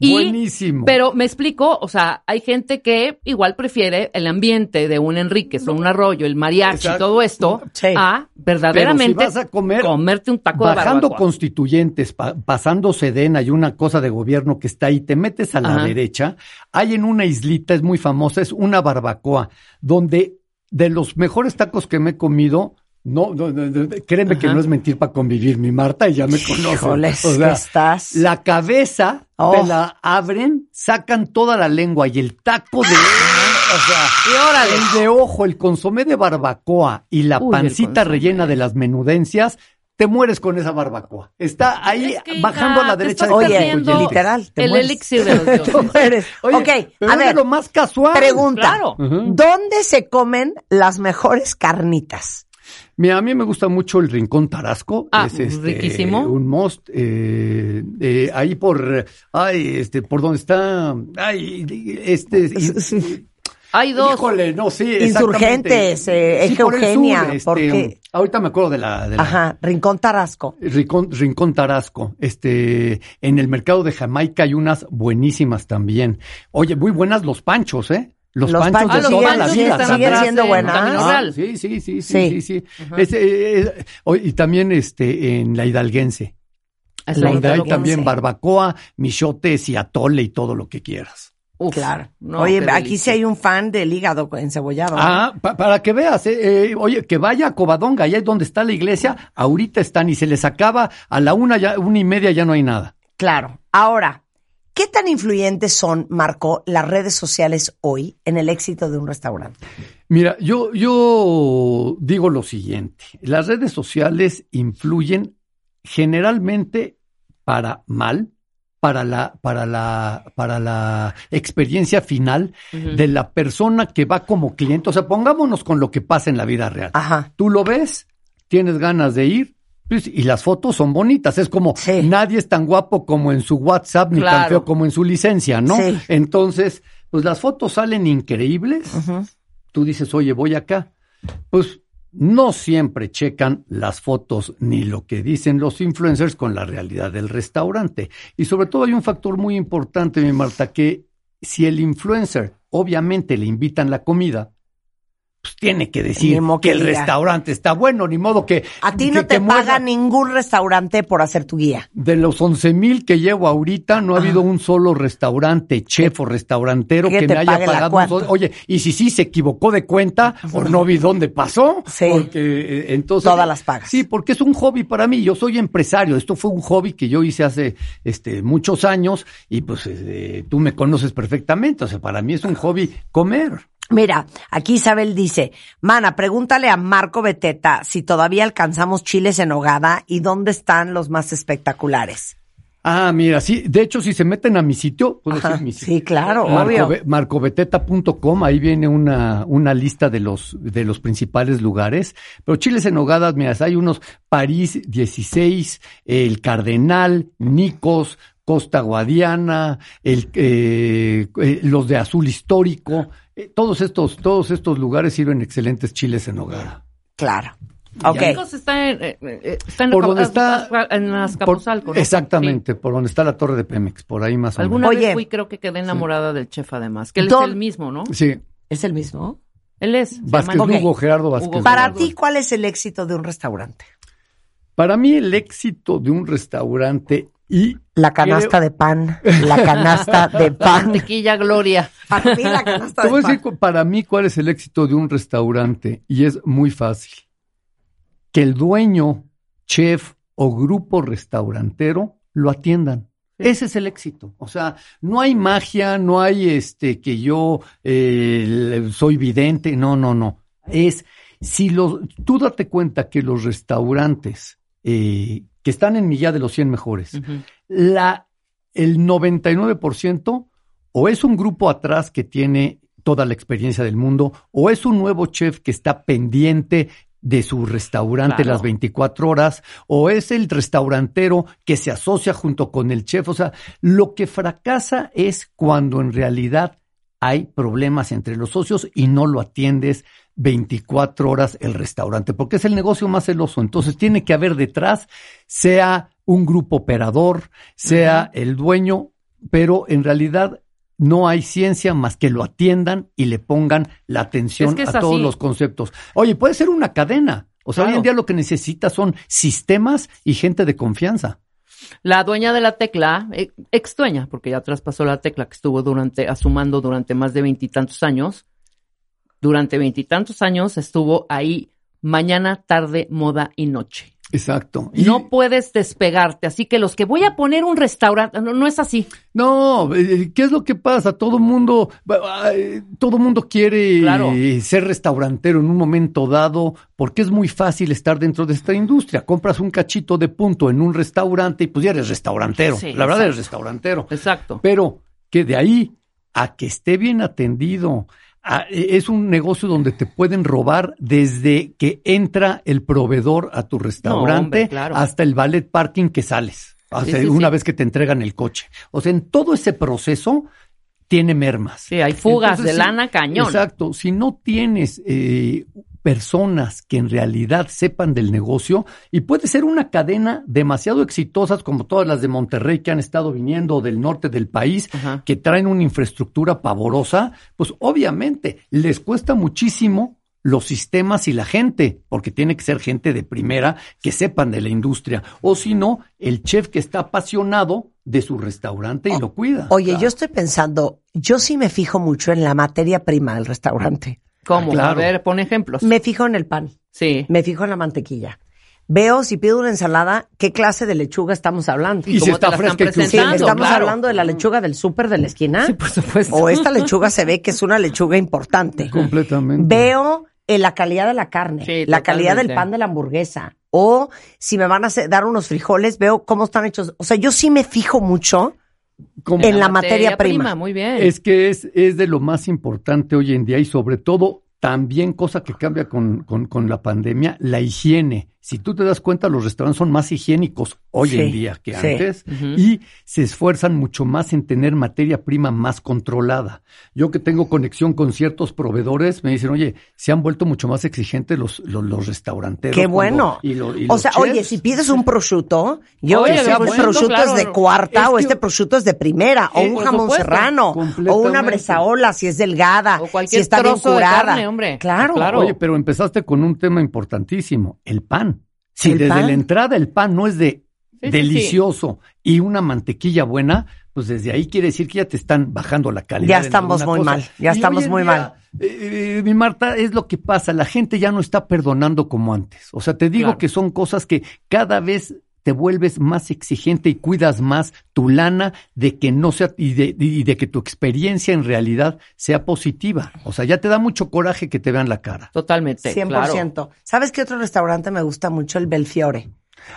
[SPEAKER 3] Y
[SPEAKER 4] Buenísimo.
[SPEAKER 3] pero me explico, o sea, hay gente que igual prefiere el ambiente de un Enríquez o un arroyo, el mariachi,
[SPEAKER 4] Exacto.
[SPEAKER 3] todo esto,
[SPEAKER 2] Sí.
[SPEAKER 3] a verdaderamente
[SPEAKER 4] Pero si vas a comer-
[SPEAKER 3] comerte un taco
[SPEAKER 4] Bajando
[SPEAKER 3] de barbacoa.
[SPEAKER 4] constituyentes, pa- pasando Sedena y una cosa de gobierno que está ahí, te metes a la
[SPEAKER 3] Ajá.
[SPEAKER 4] derecha, hay en una islita, es muy famosa, es una barbacoa, donde de los mejores tacos que me he comido, no, no, no, no, créeme que
[SPEAKER 3] Ajá.
[SPEAKER 4] no es mentir para convivir, mi Marta, y ya me conoce.
[SPEAKER 2] Híjoles, que estás-
[SPEAKER 4] La cabeza
[SPEAKER 2] Oh.
[SPEAKER 4] te la abren, sacan toda la lengua y el taco de... O sea,
[SPEAKER 3] Y órale.
[SPEAKER 4] el de ojo, el consomé de barbacoa y la
[SPEAKER 3] Uy, el
[SPEAKER 4] pancita
[SPEAKER 3] consomé.
[SPEAKER 4] rellena de las menudencias, te mueres con esa barbacoa. Está ahí
[SPEAKER 3] Es que,
[SPEAKER 4] bajando a
[SPEAKER 3] hija,
[SPEAKER 4] la
[SPEAKER 3] te
[SPEAKER 4] derecha
[SPEAKER 3] estás
[SPEAKER 4] de
[SPEAKER 2] Oye,
[SPEAKER 3] perdiendo
[SPEAKER 4] Constituyentes.
[SPEAKER 2] literal, te
[SPEAKER 3] el
[SPEAKER 2] mueres.
[SPEAKER 3] elixir de los dioses.
[SPEAKER 2] Tú eres.
[SPEAKER 4] Oye,
[SPEAKER 2] ok,
[SPEAKER 4] pero
[SPEAKER 2] a
[SPEAKER 4] es de
[SPEAKER 2] ver,
[SPEAKER 4] lo más casual.
[SPEAKER 2] pregunta.
[SPEAKER 3] Claro.
[SPEAKER 4] Ujú.
[SPEAKER 2] ¿Dónde se comen las mejores carnitas?
[SPEAKER 4] Mira, a mí me gusta mucho el Rincón Tarasco.
[SPEAKER 3] Ah,
[SPEAKER 4] es este,
[SPEAKER 3] riquísimo.
[SPEAKER 4] Un most. eh, eh, ahí por. Ay, este, por donde está. Ay, este.
[SPEAKER 3] Hay dos.
[SPEAKER 4] Híjole, no, sí,
[SPEAKER 2] Insurgentes,
[SPEAKER 4] exactamente.
[SPEAKER 2] eh, Eje
[SPEAKER 4] por el
[SPEAKER 2] Eugenia,
[SPEAKER 4] este,
[SPEAKER 2] porque-
[SPEAKER 4] Ahorita me acuerdo de la... de la-
[SPEAKER 2] Ajá, Rincón Tarasco.
[SPEAKER 4] Rincón, Rincón Tarasco, este, en el mercado de Jamaica hay unas buenísimas también. Oye, muy buenas los panchos, ¿eh? Los,
[SPEAKER 2] Los
[SPEAKER 4] panchos,
[SPEAKER 2] panchos
[SPEAKER 4] de
[SPEAKER 2] siguen-
[SPEAKER 4] toda la
[SPEAKER 2] siguen-
[SPEAKER 4] vida.
[SPEAKER 2] siguen
[SPEAKER 4] también.
[SPEAKER 2] siendo buenas.
[SPEAKER 4] Ah,
[SPEAKER 3] buenas.
[SPEAKER 4] sí, sí, sí, sí,
[SPEAKER 2] Sí.
[SPEAKER 4] sí, sí. Este, eh, eh, oye, y también este en la hidalguense,
[SPEAKER 2] La
[SPEAKER 4] donde hay
[SPEAKER 2] hidalguense.
[SPEAKER 4] también barbacoa, michotes y atole y todo lo que quieras.
[SPEAKER 2] Claro. Oye, aquí sí
[SPEAKER 3] se
[SPEAKER 2] hay un fan del hígado encebollado. ¿no?
[SPEAKER 4] Ah, pa- para que veas, eh, eh, oye, que vaya a Covadonga, allá es donde está la iglesia, ahorita están y se les acaba a la una, ya, una y media ya no hay nada.
[SPEAKER 2] Claro. Ahora, ¿qué tan influyentes son, Marco, las redes sociales hoy en el éxito de un restaurante?
[SPEAKER 4] Mira, yo, yo digo lo siguiente, las redes sociales influyen generalmente para mal, para la, para la, para la experiencia final de la persona que va como cliente. O sea, pongámonos con lo que pasa en la vida real.
[SPEAKER 2] Ajá.
[SPEAKER 4] Tú lo ves, tienes ganas de ir. pues, Y las fotos son bonitas, es como
[SPEAKER 2] Sí.
[SPEAKER 4] nadie es tan guapo como en su WhatsApp ni tan
[SPEAKER 3] Claro.
[SPEAKER 4] feo como en su licencia, ¿no?
[SPEAKER 2] Sí.
[SPEAKER 4] Entonces, pues las fotos salen increíbles,
[SPEAKER 2] Ujú.
[SPEAKER 4] tú dices, oye, voy acá. Pues no siempre checan las fotos ni lo que dicen los influencers con la realidad del restaurante. Y sobre todo hay un factor muy importante, mi Marta, que si el influencer obviamente le invitan la comida, pues tiene que
[SPEAKER 2] Ni
[SPEAKER 4] decir
[SPEAKER 2] modo
[SPEAKER 4] que
[SPEAKER 2] que
[SPEAKER 4] el
[SPEAKER 2] diga.
[SPEAKER 4] restaurante está bueno, ni modo que...
[SPEAKER 2] A ti
[SPEAKER 4] que-
[SPEAKER 2] no te
[SPEAKER 4] que muerda.
[SPEAKER 2] paga ningún restaurante por hacer tu guía.
[SPEAKER 4] De los 11 mil que llevo ahorita, no ha habido un solo restaurante, chef o restaurantero
[SPEAKER 2] Que
[SPEAKER 4] que,
[SPEAKER 2] te
[SPEAKER 4] me haya
[SPEAKER 2] pague la
[SPEAKER 4] pagado. un
[SPEAKER 2] cuenta.
[SPEAKER 4] solo- Oye, y si sí se equivocó de cuenta o no vi dónde pasó,
[SPEAKER 2] Sí.
[SPEAKER 4] porque eh, entonces.
[SPEAKER 2] Todas las pagas.
[SPEAKER 4] Sí, porque es un hobby para mí. Yo soy empresario. Esto fue un hobby que yo hice hace este, muchos años y pues eh, tú me conoces perfectamente. O sea, para mí es un hobby comer.
[SPEAKER 2] Mira, aquí Isabel dice, Mana, pregúntale a Marco Beteta si todavía alcanzamos chiles en hogada y dónde están los más espectaculares.
[SPEAKER 4] Ah, mira, sí. De hecho, si se meten a mi sitio, puedo
[SPEAKER 2] Ajá,
[SPEAKER 4] decir Pues mi sitio.
[SPEAKER 2] sí, claro,
[SPEAKER 4] Marco-
[SPEAKER 2] obvio.
[SPEAKER 4] marcobeteta.com, ahí viene una, una lista de los, de los principales lugares. Pero chiles en hogadas, mira, hay unos París 16, el Cardenal, Nicos, Costa Guadiana, el, eh, eh, los de Azul Histórico. Eh, todos estos, todos estos lugares sirven excelentes chiles en hogada.
[SPEAKER 2] Claro. Ok.
[SPEAKER 3] Chicos, está en, eh, eh, está en,
[SPEAKER 4] Por
[SPEAKER 3] Aca-
[SPEAKER 4] donde está-
[SPEAKER 3] en Azcapotzalco,
[SPEAKER 4] Por-
[SPEAKER 3] ¿no?
[SPEAKER 4] Exactamente, por donde está la Torre de Pemex, por ahí más
[SPEAKER 3] Sí.
[SPEAKER 4] o menos.
[SPEAKER 3] Alguna
[SPEAKER 2] Oye.
[SPEAKER 3] vez fui, creo que quedé enamorada del chef además, que él
[SPEAKER 2] Don-
[SPEAKER 3] es el mismo, ¿no?
[SPEAKER 4] Sí,
[SPEAKER 2] ¿Es el mismo?
[SPEAKER 3] Él es. se
[SPEAKER 4] Vázquez
[SPEAKER 3] llama-
[SPEAKER 4] Lugo, Gerardo Vázquez
[SPEAKER 3] Hugo
[SPEAKER 4] Lugo.
[SPEAKER 2] Para
[SPEAKER 3] Gerardo.
[SPEAKER 2] ti, ¿cuál es el éxito de un restaurante?
[SPEAKER 4] Para mí el éxito de un restaurante y
[SPEAKER 2] La canasta de pan, la canasta de pan.
[SPEAKER 3] Mantequilla Gloria.
[SPEAKER 2] Para mí la canasta
[SPEAKER 4] te voy
[SPEAKER 2] de
[SPEAKER 4] a decir
[SPEAKER 2] pan.
[SPEAKER 4] cu- para mí cuál es el éxito de un restaurante y es muy fácil. Que el dueño, chef o grupo restaurantero lo atiendan. Ese es el éxito. O sea, no hay magia, no hay este que yo eh, le- soy vidente. No, no, no. Es si los, tú date cuenta que los restaurantes eh, que están en mi guía de los 100 mejores, la, el 99% o es un grupo atrás que tiene toda la experiencia del mundo o es un nuevo chef que está pendiente de su restaurante
[SPEAKER 3] Claro.
[SPEAKER 4] las 24 horas o es el restaurantero que se asocia junto con el chef. O sea, lo que fracasa es cuando en realidad hay problemas entre los socios y no lo atiendes 24 horas el restaurante, porque es el negocio más celoso. Entonces tiene que haber detrás, sea un grupo operador, sea el dueño, pero en realidad no hay ciencia más que lo atiendan y le pongan la atención
[SPEAKER 3] Es que es
[SPEAKER 4] a todos
[SPEAKER 3] así.
[SPEAKER 4] los conceptos. Oye, puede ser una cadena. O sea,
[SPEAKER 3] Claro.
[SPEAKER 4] hoy en día lo que necesitas son sistemas y gente de confianza.
[SPEAKER 3] La dueña de la tecla, eh, ex dueña, porque ya traspasó la tecla que estuvo durante, a su mando durante más de veintitantos años. Durante veintitantos años estuvo ahí mañana, tarde, moda y noche.
[SPEAKER 4] Exacto.
[SPEAKER 3] No puedes despegarte, así que los que voy a poner un restaurante, no, no es así.
[SPEAKER 4] No, eh, ¿qué es lo que pasa? Todo mundo, eh, todo mundo quiere
[SPEAKER 3] Claro.
[SPEAKER 4] eh, ser restaurantero en un momento dado, porque es muy fácil estar dentro de esta industria. Compras un cachito de punto en un restaurante y pues ya eres restaurantero.
[SPEAKER 3] Sí,
[SPEAKER 4] La verdad
[SPEAKER 3] exacto.
[SPEAKER 4] eres restaurantero.
[SPEAKER 3] Exacto.
[SPEAKER 4] Pero que de ahí a que esté bien atendido, a- eh, es un negocio donde te pueden robar desde que entra el proveedor a tu restaurante
[SPEAKER 3] claro.
[SPEAKER 4] hasta el ballet parking que sales, o
[SPEAKER 3] Sí,
[SPEAKER 4] sea,
[SPEAKER 3] sí,
[SPEAKER 4] una
[SPEAKER 3] sí.
[SPEAKER 4] vez que te entregan el coche. O sea, en todo ese proceso tiene mermas.
[SPEAKER 3] Sí, hay fugas
[SPEAKER 4] Entonces,
[SPEAKER 3] de
[SPEAKER 4] sí,
[SPEAKER 3] lana cañón.
[SPEAKER 4] Exacto. Si no tienes eh, personas que en realidad sepan del negocio, y puede ser una cadena demasiado exitosas como todas las de Monterrey que han estado viniendo del norte del país,
[SPEAKER 3] Ajá.
[SPEAKER 4] que traen una infraestructura pavorosa, pues obviamente les cuesta muchísimo los sistemas y la gente, porque tiene que ser gente de primera que sepan de la industria, o si no, el chef que está apasionado de su restaurante y lo cuida.
[SPEAKER 2] Oye,
[SPEAKER 4] Claro.
[SPEAKER 2] yo estoy pensando, yo sí me fijo mucho en la materia prima del restaurante.
[SPEAKER 3] ¿Cómo?
[SPEAKER 4] Ah, claro.
[SPEAKER 3] A ver, pon ejemplos.
[SPEAKER 2] Me fijo en el pan,
[SPEAKER 3] Sí.
[SPEAKER 2] me fijo en la mantequilla. Veo si pido una ensalada, qué clase de lechuga estamos hablando.
[SPEAKER 4] Y si
[SPEAKER 3] cómo te
[SPEAKER 4] está
[SPEAKER 3] la están
[SPEAKER 4] fresca y que
[SPEAKER 2] Sí,
[SPEAKER 4] usando,
[SPEAKER 3] presentando,
[SPEAKER 2] estamos
[SPEAKER 3] claro.
[SPEAKER 2] hablando de la lechuga del súper de la esquina.
[SPEAKER 3] Sí, por supuesto.
[SPEAKER 2] O esta lechuga se ve que es una lechuga importante.
[SPEAKER 4] Completamente.
[SPEAKER 2] Veo eh, la calidad de la carne,
[SPEAKER 3] Sí,
[SPEAKER 2] la calidad del
[SPEAKER 3] totalmente.
[SPEAKER 2] pan de la hamburguesa. O si me van a hacer- dar unos frijoles, veo cómo están hechos. O sea, yo sí me fijo mucho
[SPEAKER 4] Como-
[SPEAKER 2] en la, materia, prima.
[SPEAKER 3] Muy bien.
[SPEAKER 4] Es que es, es de lo más importante hoy en día y sobre todo también cosa que cambia con, con- con la pandemia, la higiene. Si tú te das cuenta, los restaurantes son más higiénicos hoy
[SPEAKER 2] Sí,
[SPEAKER 4] en día que
[SPEAKER 2] sí.
[SPEAKER 4] antes
[SPEAKER 3] Ujú.
[SPEAKER 4] y se esfuerzan mucho más en tener materia prima más controlada. Yo que tengo conexión con ciertos proveedores, me dicen, oye, se han vuelto mucho más exigentes los, los, los restauranteros.
[SPEAKER 2] Qué
[SPEAKER 4] cuando-
[SPEAKER 2] bueno.
[SPEAKER 4] y lo- y
[SPEAKER 2] o
[SPEAKER 4] los
[SPEAKER 2] sea, oye,
[SPEAKER 4] chefs".
[SPEAKER 2] si pides un prosciutto, yo
[SPEAKER 3] Oye,
[SPEAKER 2] veo si
[SPEAKER 4] está
[SPEAKER 2] este
[SPEAKER 4] bueno,
[SPEAKER 2] prosciutto
[SPEAKER 3] claro.
[SPEAKER 2] es de cuarta
[SPEAKER 4] Es
[SPEAKER 2] o
[SPEAKER 4] que-
[SPEAKER 2] este prosciutto es de primera o
[SPEAKER 4] Eh,
[SPEAKER 2] un
[SPEAKER 4] por
[SPEAKER 2] jamón
[SPEAKER 3] supuesto,
[SPEAKER 2] serrano o una
[SPEAKER 4] completamente.
[SPEAKER 2] bresaola si es delgada,
[SPEAKER 3] O
[SPEAKER 2] si
[SPEAKER 3] cualquier
[SPEAKER 2] está bien
[SPEAKER 3] trozo de
[SPEAKER 2] curada.
[SPEAKER 3] carne, hombre.
[SPEAKER 2] Claro.
[SPEAKER 3] Claro.
[SPEAKER 4] Oye, pero empezaste con un tema importantísimo, el pan. Si
[SPEAKER 2] ¿El
[SPEAKER 4] desde
[SPEAKER 2] pan?
[SPEAKER 4] la entrada el pan no es de
[SPEAKER 3] sí,
[SPEAKER 4] delicioso y una mantequilla buena, pues desde ahí quiere decir que ya te están bajando la calidad.
[SPEAKER 2] Ya
[SPEAKER 4] en
[SPEAKER 2] estamos
[SPEAKER 4] alguna
[SPEAKER 2] muy mal, ya
[SPEAKER 4] Y hoy
[SPEAKER 2] estamos
[SPEAKER 4] en
[SPEAKER 2] muy
[SPEAKER 4] día,
[SPEAKER 2] mal.
[SPEAKER 4] eh, eh, mi Marta, es lo que pasa, la gente ya no está perdonando como antes. O sea, te digo
[SPEAKER 3] Claro.
[SPEAKER 4] que son cosas que cada vez te vuelves más exigente y cuidas más tu lana de que no sea y de, y de que tu experiencia en realidad sea positiva. O sea, ya te da mucho coraje que te vean la cara.
[SPEAKER 3] Totalmente.
[SPEAKER 2] 100%.
[SPEAKER 3] claro.
[SPEAKER 2] ¿Sabes qué otro restaurante me gusta mucho? El Belfiore.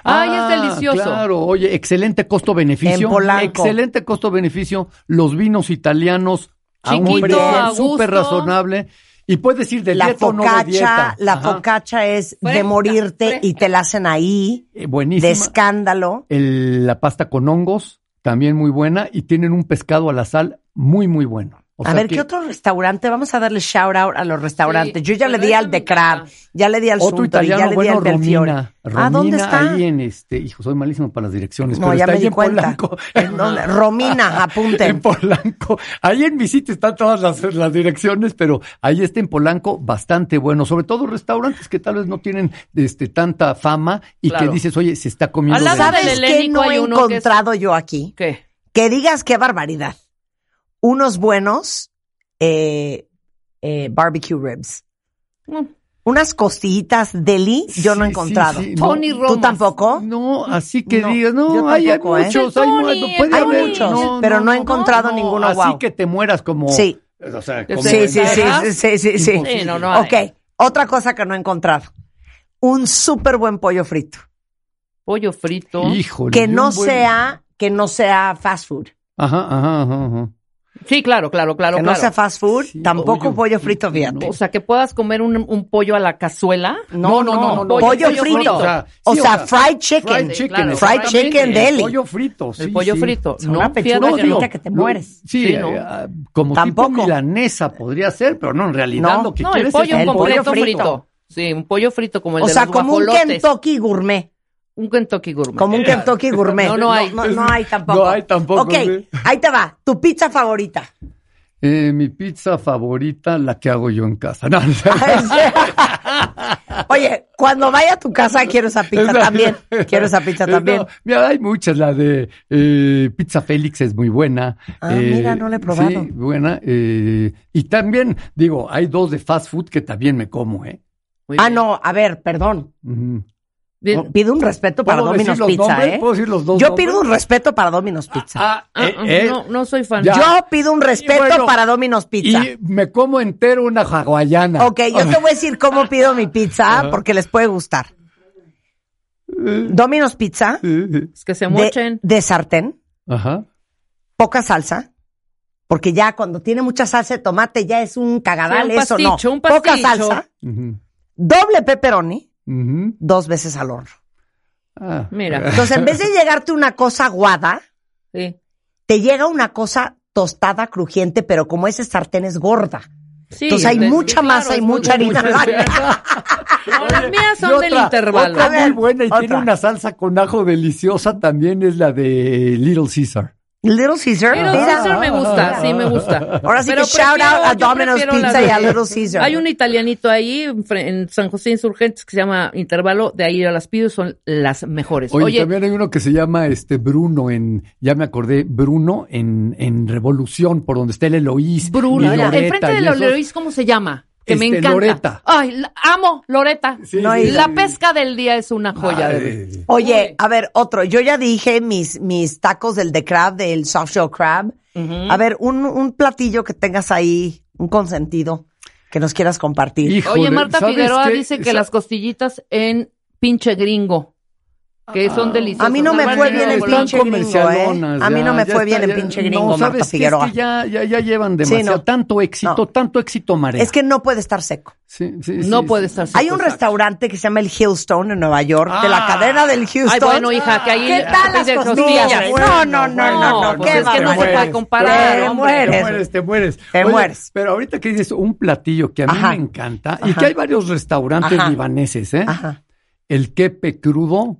[SPEAKER 3] Ay, es delicioso.
[SPEAKER 4] Ah, Claro, oye, excelente costo-beneficio.
[SPEAKER 2] En Polanco.
[SPEAKER 4] Excelente costo-beneficio. Los vinos italianos a un
[SPEAKER 3] Chiquito, a
[SPEAKER 4] precio
[SPEAKER 3] gusto.
[SPEAKER 4] súper razonable. Y puedes ir de
[SPEAKER 2] La
[SPEAKER 4] dieta o no de dieta.
[SPEAKER 2] focacha, la
[SPEAKER 4] Ajá.
[SPEAKER 2] focacha es de
[SPEAKER 3] Fresca,
[SPEAKER 2] morirte
[SPEAKER 3] fresca.
[SPEAKER 2] y te la hacen ahí,
[SPEAKER 4] Eh,
[SPEAKER 2] de
[SPEAKER 4] buenísima.
[SPEAKER 2] escándalo.
[SPEAKER 4] El- la pasta con hongos, también muy buena. Y tienen un pescado a la sal muy, muy bueno. O
[SPEAKER 2] a
[SPEAKER 4] sea
[SPEAKER 2] ver,
[SPEAKER 4] que
[SPEAKER 2] ¿qué otro restaurante? Vamos a darle shout out a los restaurantes.
[SPEAKER 3] Sí,
[SPEAKER 2] Yo ya le
[SPEAKER 3] pero
[SPEAKER 2] di
[SPEAKER 3] esa
[SPEAKER 2] al
[SPEAKER 3] me
[SPEAKER 2] de Crab,
[SPEAKER 3] encanta.
[SPEAKER 2] ya le di al
[SPEAKER 4] Otro
[SPEAKER 2] Suntory, ya le
[SPEAKER 4] italiano
[SPEAKER 2] di
[SPEAKER 4] bueno,
[SPEAKER 2] al del Fiore.
[SPEAKER 4] Romina.
[SPEAKER 2] ¿Ah, dónde
[SPEAKER 4] Romina,
[SPEAKER 2] está?
[SPEAKER 4] Ahí en este, hijo, soy malísimo para las direcciones,
[SPEAKER 2] No,
[SPEAKER 4] pero
[SPEAKER 2] ya
[SPEAKER 4] está
[SPEAKER 2] me
[SPEAKER 4] ahí
[SPEAKER 2] di
[SPEAKER 4] en
[SPEAKER 2] cuenta.
[SPEAKER 4] Polanco.
[SPEAKER 2] ¿En dónde? Romina,
[SPEAKER 4] En
[SPEAKER 2] apunten.
[SPEAKER 4] Polanco. Ahí en mi sitio están todas las, las direcciones, pero ahí está en Polanco bastante bueno. Sobre todo restaurantes que tal vez no tienen este, tanta fama y
[SPEAKER 3] Claro.
[SPEAKER 4] que dices, oye, se está comiendo.
[SPEAKER 3] Al lado
[SPEAKER 4] de-
[SPEAKER 3] del
[SPEAKER 2] ¿Sabes qué
[SPEAKER 3] Helénico
[SPEAKER 2] no he
[SPEAKER 3] hay uno que es-
[SPEAKER 2] encontrado yo aquí?
[SPEAKER 3] ¿Qué?
[SPEAKER 2] Que digas qué barbaridad. Unos buenos eh, eh, barbecue ribs.
[SPEAKER 3] Mm.
[SPEAKER 2] Unas costillitas deli yo no he
[SPEAKER 4] Sí, sí,
[SPEAKER 2] encontrado.
[SPEAKER 4] sí, no.
[SPEAKER 3] Tony
[SPEAKER 2] ¿Tú
[SPEAKER 3] Romas.
[SPEAKER 2] tampoco?
[SPEAKER 4] No, así que
[SPEAKER 2] No,
[SPEAKER 4] digas,
[SPEAKER 2] yo
[SPEAKER 4] no, hay, hay
[SPEAKER 2] tampoco, ¿eh?
[SPEAKER 4] muchos,
[SPEAKER 3] Del
[SPEAKER 4] hay,
[SPEAKER 3] Tony,
[SPEAKER 4] muchos,
[SPEAKER 3] el
[SPEAKER 4] puede
[SPEAKER 2] Tony.
[SPEAKER 4] haber,
[SPEAKER 2] Hay muchos, pero no he encontrado ninguno,
[SPEAKER 4] Así
[SPEAKER 2] guau.
[SPEAKER 4] que te mueras como.
[SPEAKER 2] Sí.
[SPEAKER 4] O sea, como
[SPEAKER 2] Sí,
[SPEAKER 4] en
[SPEAKER 2] sí,
[SPEAKER 4] la
[SPEAKER 2] sí,
[SPEAKER 4] edad.
[SPEAKER 2] sí, sí, sí, sí.
[SPEAKER 3] Sí, no, no hay.
[SPEAKER 2] Ok, otra cosa que no he encontrado. Un súper buen pollo frito.
[SPEAKER 3] Pollo frito.
[SPEAKER 4] Híjole.
[SPEAKER 2] Que no
[SPEAKER 4] un buen-
[SPEAKER 2] sea, que no sea fast food.
[SPEAKER 4] Ajá, ajá, ajá. ajá.
[SPEAKER 3] Sí, claro, claro, claro,
[SPEAKER 2] que no
[SPEAKER 3] claro.
[SPEAKER 2] sea fast food,
[SPEAKER 4] Sí,
[SPEAKER 2] tampoco pollo,
[SPEAKER 4] pollo
[SPEAKER 2] frito,
[SPEAKER 4] frito,
[SPEAKER 2] fíjate.
[SPEAKER 3] o sea, que puedas comer un, un pollo a la cazuela.
[SPEAKER 2] No, no, no, no, pollo, frito. O sea,
[SPEAKER 4] sí,
[SPEAKER 2] fried chicken.
[SPEAKER 3] fried chicken, claro,
[SPEAKER 2] fried
[SPEAKER 3] exactamente.
[SPEAKER 2] chicken
[SPEAKER 4] El
[SPEAKER 2] deli.
[SPEAKER 4] pollo frito, sí,
[SPEAKER 3] el pollo
[SPEAKER 4] sí.
[SPEAKER 3] frito.
[SPEAKER 2] sea, una pechuga
[SPEAKER 3] fíjate
[SPEAKER 2] frita
[SPEAKER 3] que no.
[SPEAKER 2] que te mueres.
[SPEAKER 4] Sí,
[SPEAKER 3] Sí, ¿no?
[SPEAKER 4] eh, ah, como
[SPEAKER 2] Tampoco.
[SPEAKER 4] tipo milanesa podría ser, pero no, en realidad
[SPEAKER 2] No,
[SPEAKER 4] lo que
[SPEAKER 3] No, el
[SPEAKER 4] quieres
[SPEAKER 3] pollo
[SPEAKER 4] es
[SPEAKER 2] el
[SPEAKER 3] con
[SPEAKER 2] pollo
[SPEAKER 3] completo
[SPEAKER 2] frito.
[SPEAKER 3] frito. Sí, un pollo frito como el
[SPEAKER 2] O
[SPEAKER 3] de
[SPEAKER 2] sea,
[SPEAKER 3] los
[SPEAKER 2] como un
[SPEAKER 3] guajolotes.
[SPEAKER 2] Kentucky gourmet.
[SPEAKER 3] Un Kentucky gourmet.
[SPEAKER 2] Como un Kentucky gourmet.
[SPEAKER 3] No, no hay.
[SPEAKER 2] No, no hay tampoco.
[SPEAKER 4] No hay tampoco,
[SPEAKER 2] Ok,
[SPEAKER 4] sí.
[SPEAKER 2] ahí te va. Tu pizza favorita.
[SPEAKER 4] Eh, mi pizza favorita, la que hago yo en casa. No, no,
[SPEAKER 2] Oye, cuando vaya a tu casa quiero esa pizza
[SPEAKER 4] Esa-
[SPEAKER 2] también. Quiero esa pizza
[SPEAKER 4] Eh,
[SPEAKER 2] también.
[SPEAKER 4] no, mira, hay muchas. La de eh, Pizza Félix es muy buena.
[SPEAKER 2] Ah,
[SPEAKER 4] Eh,
[SPEAKER 2] mira, no la he probado.
[SPEAKER 4] Sí, buena. eh, y también, digo, hay dos de fast food que también me como, ¿eh?
[SPEAKER 3] Muy
[SPEAKER 2] Ah,
[SPEAKER 3] bien.
[SPEAKER 2] no, a ver, perdón.
[SPEAKER 4] Ujú.
[SPEAKER 3] Bien.
[SPEAKER 2] Pido un respeto para
[SPEAKER 4] ¿Puedo decir
[SPEAKER 2] Domino's
[SPEAKER 4] los
[SPEAKER 2] Pizza,
[SPEAKER 4] nombres?
[SPEAKER 2] ¿eh?
[SPEAKER 4] ¿Puedo decir los dos
[SPEAKER 2] Yo
[SPEAKER 4] nombres?
[SPEAKER 2] pido un respeto para Domino's Pizza.
[SPEAKER 4] Ah,
[SPEAKER 3] Ah,
[SPEAKER 4] eh,
[SPEAKER 3] ah,
[SPEAKER 4] eh,
[SPEAKER 3] no, no soy fan.
[SPEAKER 4] Ya.
[SPEAKER 2] Yo pido un respeto
[SPEAKER 4] bueno,
[SPEAKER 2] para Domino's Pizza.
[SPEAKER 4] Y me como entero una hawaiana.
[SPEAKER 2] Ok, yo te voy a decir cómo pido mi pizza porque les puede gustar. Domino's Pizza
[SPEAKER 3] Es que se
[SPEAKER 2] de,
[SPEAKER 3] mochen.
[SPEAKER 2] de sartén,
[SPEAKER 4] Ajá.
[SPEAKER 2] poca salsa, porque ya cuando tiene mucha salsa de tomate ya es un cagadal
[SPEAKER 3] Sí, un
[SPEAKER 2] eso,
[SPEAKER 3] pasticho,
[SPEAKER 2] no.
[SPEAKER 3] un
[SPEAKER 2] poca
[SPEAKER 3] pasticho.
[SPEAKER 2] salsa,
[SPEAKER 4] Ujú.
[SPEAKER 2] doble pepperoni,
[SPEAKER 4] Ujú.
[SPEAKER 2] dos veces al horno.
[SPEAKER 4] Ah.
[SPEAKER 3] Mira,
[SPEAKER 2] Entonces, en vez de llegarte una cosa aguada,
[SPEAKER 3] sí.
[SPEAKER 2] te llega una cosa tostada, crujiente, pero como ese sartén es gorda.
[SPEAKER 3] Sí,
[SPEAKER 2] Entonces hay
[SPEAKER 3] de-
[SPEAKER 2] mucha
[SPEAKER 3] claro,
[SPEAKER 2] masa y
[SPEAKER 3] es
[SPEAKER 2] mucha
[SPEAKER 3] muy-
[SPEAKER 2] harina.
[SPEAKER 3] No, las mías
[SPEAKER 4] Y
[SPEAKER 3] son del
[SPEAKER 4] otra,
[SPEAKER 3] intervalo.
[SPEAKER 4] Otra
[SPEAKER 2] A ver,
[SPEAKER 4] muy buena y tiene
[SPEAKER 2] otra.
[SPEAKER 4] una salsa con ajo deliciosa también es la de Little Caesar.
[SPEAKER 2] Little Caesar,
[SPEAKER 3] Little
[SPEAKER 2] mira.
[SPEAKER 3] Caesar me gusta, sí, me gusta.
[SPEAKER 2] Ahora sí
[SPEAKER 3] Pero
[SPEAKER 2] que shout out
[SPEAKER 3] prefiero-
[SPEAKER 2] a
[SPEAKER 3] yo
[SPEAKER 2] Domino's
[SPEAKER 3] prefiero la
[SPEAKER 2] Pizza y
[SPEAKER 3] de-
[SPEAKER 2] a Little Caesar.
[SPEAKER 3] Hay un italianito ahí en fre- en San José Insurgentes que se llama Intervalo, de ahí a las pido y son las mejores.
[SPEAKER 4] Oye,
[SPEAKER 3] Oye,
[SPEAKER 4] también hay uno que se llama este Bruno en, ya me acordé, Bruno en, en Revolución, por donde está el Eloís.
[SPEAKER 3] Bruno,
[SPEAKER 4] y Loreta
[SPEAKER 3] enfrente de
[SPEAKER 4] y
[SPEAKER 3] la
[SPEAKER 4] esos.
[SPEAKER 3] Leroy's, ¿cómo se llama? Que me
[SPEAKER 4] Este,
[SPEAKER 3] encanta.
[SPEAKER 4] Loreta.
[SPEAKER 3] Ay, la- amo Loreta.
[SPEAKER 4] Sí,
[SPEAKER 2] No,
[SPEAKER 4] sí,
[SPEAKER 2] y-
[SPEAKER 4] sí.
[SPEAKER 3] La pesca del día es una joya. de-
[SPEAKER 4] Ay,
[SPEAKER 2] Oye, a ver, otro. Yo ya dije mis, mis tacos del de crab, del soft shell crab.
[SPEAKER 3] Mm.
[SPEAKER 2] A ver, un, un platillo que tengas ahí, un consentido, que nos quieras compartir.
[SPEAKER 4] híjole,
[SPEAKER 3] Oye, Marta
[SPEAKER 4] ¿sabes
[SPEAKER 3] Figueroa
[SPEAKER 4] qué?
[SPEAKER 3] dice que
[SPEAKER 4] Sa-
[SPEAKER 3] las costillitas en pinche gringo, que
[SPEAKER 4] Ah.
[SPEAKER 3] son deliciosas.
[SPEAKER 2] a mí no me
[SPEAKER 3] Además,
[SPEAKER 2] fue
[SPEAKER 3] yo
[SPEAKER 2] bien
[SPEAKER 3] no
[SPEAKER 2] en
[SPEAKER 4] Están
[SPEAKER 3] volví-
[SPEAKER 2] pinche gringo,
[SPEAKER 4] comercialonas,
[SPEAKER 2] ¿eh? A mí no me fue bien en
[SPEAKER 4] ya-
[SPEAKER 2] pinche gringo,
[SPEAKER 4] no,
[SPEAKER 2] Marta
[SPEAKER 4] ¿sabes qué?
[SPEAKER 2] Figueroa.
[SPEAKER 4] Es que ya, ya, ya llevan
[SPEAKER 2] Sí,
[SPEAKER 4] demasiado,
[SPEAKER 2] no.
[SPEAKER 4] tanto éxito,
[SPEAKER 2] No.
[SPEAKER 4] tanto éxito marea.
[SPEAKER 2] Es que no puede estar seco.
[SPEAKER 4] Sí, sí,
[SPEAKER 3] No
[SPEAKER 4] sí,
[SPEAKER 3] puede
[SPEAKER 4] sí.
[SPEAKER 3] estar
[SPEAKER 2] Hay un
[SPEAKER 3] seco, exacto.
[SPEAKER 2] restaurante que se llama el Hillstone en Nueva York, de la
[SPEAKER 4] Ah.
[SPEAKER 2] cadena del Hillstone.
[SPEAKER 3] Ay, bueno, hija, que ahí
[SPEAKER 2] ¿Qué tal las
[SPEAKER 3] de
[SPEAKER 2] costillas?
[SPEAKER 3] costillas?
[SPEAKER 2] No, no, no,
[SPEAKER 4] Bueno,
[SPEAKER 2] no, no,
[SPEAKER 4] pues
[SPEAKER 2] qué
[SPEAKER 4] es que no se
[SPEAKER 2] barbaridad.
[SPEAKER 4] puede
[SPEAKER 3] comparar,
[SPEAKER 2] Te
[SPEAKER 3] hombre.
[SPEAKER 4] Te
[SPEAKER 2] mueres.
[SPEAKER 4] mueres, te mueres.
[SPEAKER 2] Te mueres.
[SPEAKER 4] Pero ahorita que dices un platillo que a mí
[SPEAKER 2] Ajá.
[SPEAKER 4] me encanta y
[SPEAKER 2] Ajá.
[SPEAKER 4] que hay varios restaurantes
[SPEAKER 2] Ajá.
[SPEAKER 4] libaneses, ¿eh?
[SPEAKER 2] Ajá.
[SPEAKER 4] El quepe crudo.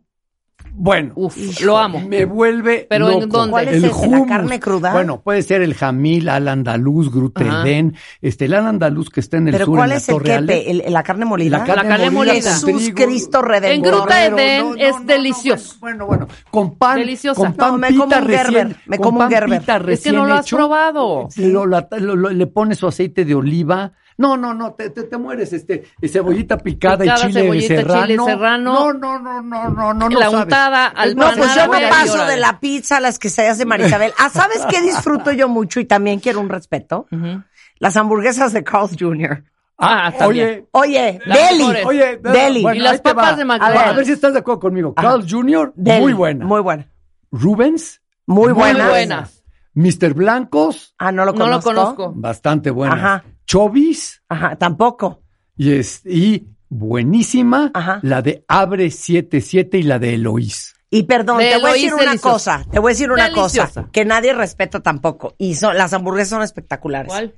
[SPEAKER 4] Bueno,
[SPEAKER 3] Uf, lo amo.
[SPEAKER 4] me vuelve
[SPEAKER 3] Pero ¿en
[SPEAKER 4] loco.
[SPEAKER 3] dónde?
[SPEAKER 2] ¿Cuál es
[SPEAKER 4] el
[SPEAKER 2] ese? ¿La
[SPEAKER 4] hummus.
[SPEAKER 2] carne cruda?
[SPEAKER 4] Bueno, puede ser el jamil, al andaluz, gruterdén, este el al andaluz que está en el
[SPEAKER 2] Pero
[SPEAKER 4] sur
[SPEAKER 2] ¿cuál
[SPEAKER 4] en la
[SPEAKER 2] es el
[SPEAKER 4] Torre Ale.
[SPEAKER 2] quepe? ¿El- ¿La carne molida?
[SPEAKER 4] La carne,
[SPEAKER 3] La carne
[SPEAKER 4] molida,
[SPEAKER 3] molida.
[SPEAKER 4] con
[SPEAKER 2] Jesús
[SPEAKER 4] trigo.
[SPEAKER 2] Cristo Redentor.
[SPEAKER 3] En gruta
[SPEAKER 4] Cordero,
[SPEAKER 3] Edén es delicioso.
[SPEAKER 4] Bueno, bueno, bueno. con pan,
[SPEAKER 3] Deliciosa.
[SPEAKER 4] con pan
[SPEAKER 2] No, me
[SPEAKER 4] pita
[SPEAKER 2] como un
[SPEAKER 4] recién,
[SPEAKER 2] Gerber, me
[SPEAKER 4] con
[SPEAKER 2] como un
[SPEAKER 4] pan
[SPEAKER 2] Gerber.
[SPEAKER 4] pita
[SPEAKER 3] Es que
[SPEAKER 4] recién
[SPEAKER 3] no lo has
[SPEAKER 4] hecho,
[SPEAKER 3] probado.
[SPEAKER 4] lo la- lo- lo- le pones su aceite de oliva. No, no, no, te, te- te mueres, este, eh, cebollita picada,
[SPEAKER 3] Picada,
[SPEAKER 4] y chile
[SPEAKER 3] cebollita,
[SPEAKER 4] serrano.
[SPEAKER 3] chile serrano.
[SPEAKER 4] No, no, no, no, no, no, no
[SPEAKER 3] la
[SPEAKER 4] sabes.
[SPEAKER 3] untada al
[SPEAKER 2] No,
[SPEAKER 3] pan.
[SPEAKER 2] pues yo no
[SPEAKER 3] árabe,
[SPEAKER 2] paso
[SPEAKER 3] órale.
[SPEAKER 2] de la pizza a las quesadillas de Marisabel. Ah, ¿sabes qué disfruto yo mucho y también quiero un respeto?
[SPEAKER 3] Ujú.
[SPEAKER 2] Las hamburguesas de Carl's Jr.
[SPEAKER 3] Ah, está bien.
[SPEAKER 4] oye,
[SPEAKER 2] Oye,
[SPEAKER 3] Las
[SPEAKER 2] Deli.
[SPEAKER 3] mejores.
[SPEAKER 4] oye, da-
[SPEAKER 2] Deli.
[SPEAKER 4] bueno,
[SPEAKER 3] Y las
[SPEAKER 4] ahí te
[SPEAKER 3] papas
[SPEAKER 4] va.
[SPEAKER 3] de
[SPEAKER 4] A ver, A
[SPEAKER 3] McDonald's.
[SPEAKER 4] ver si estás de acuerdo conmigo.
[SPEAKER 2] Ajá.
[SPEAKER 4] Carl Jr.,
[SPEAKER 2] Deli.
[SPEAKER 4] muy buena.
[SPEAKER 2] Muy buena.
[SPEAKER 4] Rubens,
[SPEAKER 2] Muy
[SPEAKER 3] Muy
[SPEAKER 2] buena.
[SPEAKER 3] buena.
[SPEAKER 4] Mr. Blancos,
[SPEAKER 2] Ah, no lo
[SPEAKER 3] No
[SPEAKER 2] conozco.
[SPEAKER 3] lo conozco.
[SPEAKER 4] bastante buena.
[SPEAKER 2] Ajá.
[SPEAKER 4] Chovis,
[SPEAKER 2] Ajá, tampoco.
[SPEAKER 4] y, es, y buenísima,
[SPEAKER 2] Ajá.
[SPEAKER 4] la de Abre 77 y la de Eloís.
[SPEAKER 2] Y perdón,
[SPEAKER 3] De
[SPEAKER 2] te voy a decir
[SPEAKER 3] Eloís
[SPEAKER 2] una
[SPEAKER 3] Deliciosa.
[SPEAKER 2] cosa, te voy a decir una cosa
[SPEAKER 3] Deliciosa.
[SPEAKER 2] que nadie respeta tampoco. Y son, las hamburguesas son espectaculares.
[SPEAKER 3] ¿Cuál?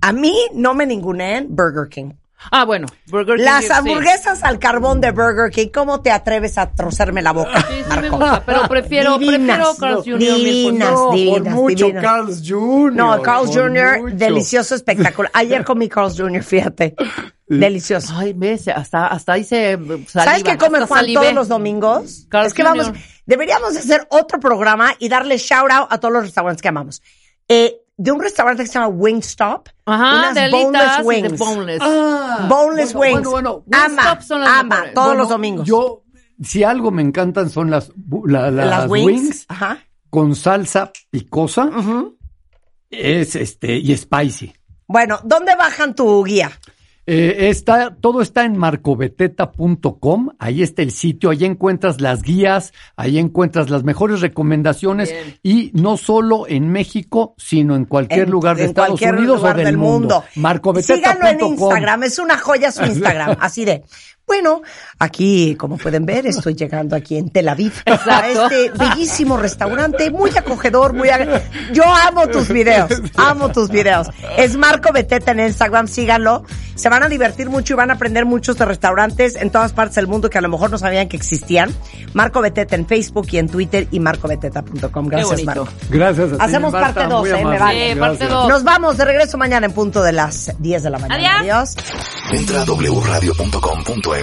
[SPEAKER 2] A mí no me ninguneen Burger King.
[SPEAKER 3] Ah, bueno. Burger King,
[SPEAKER 2] Las
[SPEAKER 3] sí.
[SPEAKER 2] hamburguesas al carbón de Burger King, ¿cómo te atreves a trozarme la boca?
[SPEAKER 3] Sí, sí me gusta, pero prefiero,
[SPEAKER 2] Divinas.
[SPEAKER 3] prefiero Carl's Jr. mil por
[SPEAKER 2] Divinas.
[SPEAKER 3] ciento.
[SPEAKER 4] por
[SPEAKER 2] divinas,
[SPEAKER 4] mucho,
[SPEAKER 2] divinas.
[SPEAKER 4] Carl Jr.
[SPEAKER 2] Oh, No, Carl
[SPEAKER 4] por
[SPEAKER 2] Jr.,
[SPEAKER 4] mucho.
[SPEAKER 2] delicioso, espectacular. Ayer comí Carl Jr., fíjate. Delicioso.
[SPEAKER 3] Ay, ves, hasta, hasta hice Ah, saliva.
[SPEAKER 2] ¿Sabes qué come
[SPEAKER 3] hasta
[SPEAKER 2] Juan
[SPEAKER 3] salivé.
[SPEAKER 2] todos los domingos?
[SPEAKER 3] Carl
[SPEAKER 2] es que
[SPEAKER 3] Jr..
[SPEAKER 2] vamos, deberíamos hacer otro programa y darle shout out a todos los restaurantes que amamos. Eh, de un restaurante que se llama Wingstop,
[SPEAKER 3] Ajá,
[SPEAKER 2] unas
[SPEAKER 3] de alitas
[SPEAKER 2] boneless
[SPEAKER 3] y de
[SPEAKER 2] wings.
[SPEAKER 3] boneless.
[SPEAKER 4] Ah,
[SPEAKER 2] Boneless
[SPEAKER 4] bueno,
[SPEAKER 2] wings.
[SPEAKER 4] Bueno, bueno,
[SPEAKER 2] ama,
[SPEAKER 3] Wingstop son las
[SPEAKER 2] ama,
[SPEAKER 3] mejores.
[SPEAKER 2] todos
[SPEAKER 4] Bueno,
[SPEAKER 2] los domingos.
[SPEAKER 4] Yo, si algo me encantan son las, bu- la- la-
[SPEAKER 2] las wings, ajá.
[SPEAKER 4] con salsa picosa. Es este y spicy.
[SPEAKER 2] Bueno, ¿dónde bajan tu guía?
[SPEAKER 4] Eh, está, todo está en marcobeteta.com, ahí está el sitio, ahí encuentras las guías, ahí encuentras las mejores recomendaciones
[SPEAKER 3] Bien.
[SPEAKER 4] y no solo en México, sino en cualquier
[SPEAKER 2] En-
[SPEAKER 4] lugar de
[SPEAKER 2] en
[SPEAKER 4] Estados
[SPEAKER 2] cualquier
[SPEAKER 4] Unidos
[SPEAKER 2] lugar
[SPEAKER 4] o del,
[SPEAKER 2] del
[SPEAKER 4] mundo. Marcobeteta.com.
[SPEAKER 2] Síganlo en Instagram, es una joya su Instagram, así de. Bueno, aquí, como pueden ver, estoy llegando aquí en Tel Aviv a este bellísimo restaurante, muy acogedor, muy ag- Yo amo tus videos, amo tus videos. Es Marco Beteta en Instagram, síganlo. Se van a divertir mucho y van a aprender muchos de restaurantes en todas partes del mundo que a lo mejor no sabían que existían. Marco Beteta en Facebook y en Twitter y marcobeteta.com. Gracias,
[SPEAKER 3] bonito.
[SPEAKER 2] Marco.
[SPEAKER 4] Gracias. a ti,
[SPEAKER 2] Hacemos
[SPEAKER 4] Marta,
[SPEAKER 2] parte dos,
[SPEAKER 4] muy
[SPEAKER 2] eh, me
[SPEAKER 4] amable.
[SPEAKER 2] vale.
[SPEAKER 3] Sí, parte
[SPEAKER 4] Gracias.
[SPEAKER 3] dos.
[SPEAKER 2] Nos vamos de regreso mañana en punto de las 10 de la mañana. Adiós.
[SPEAKER 1] Entra a wradio.com.mx.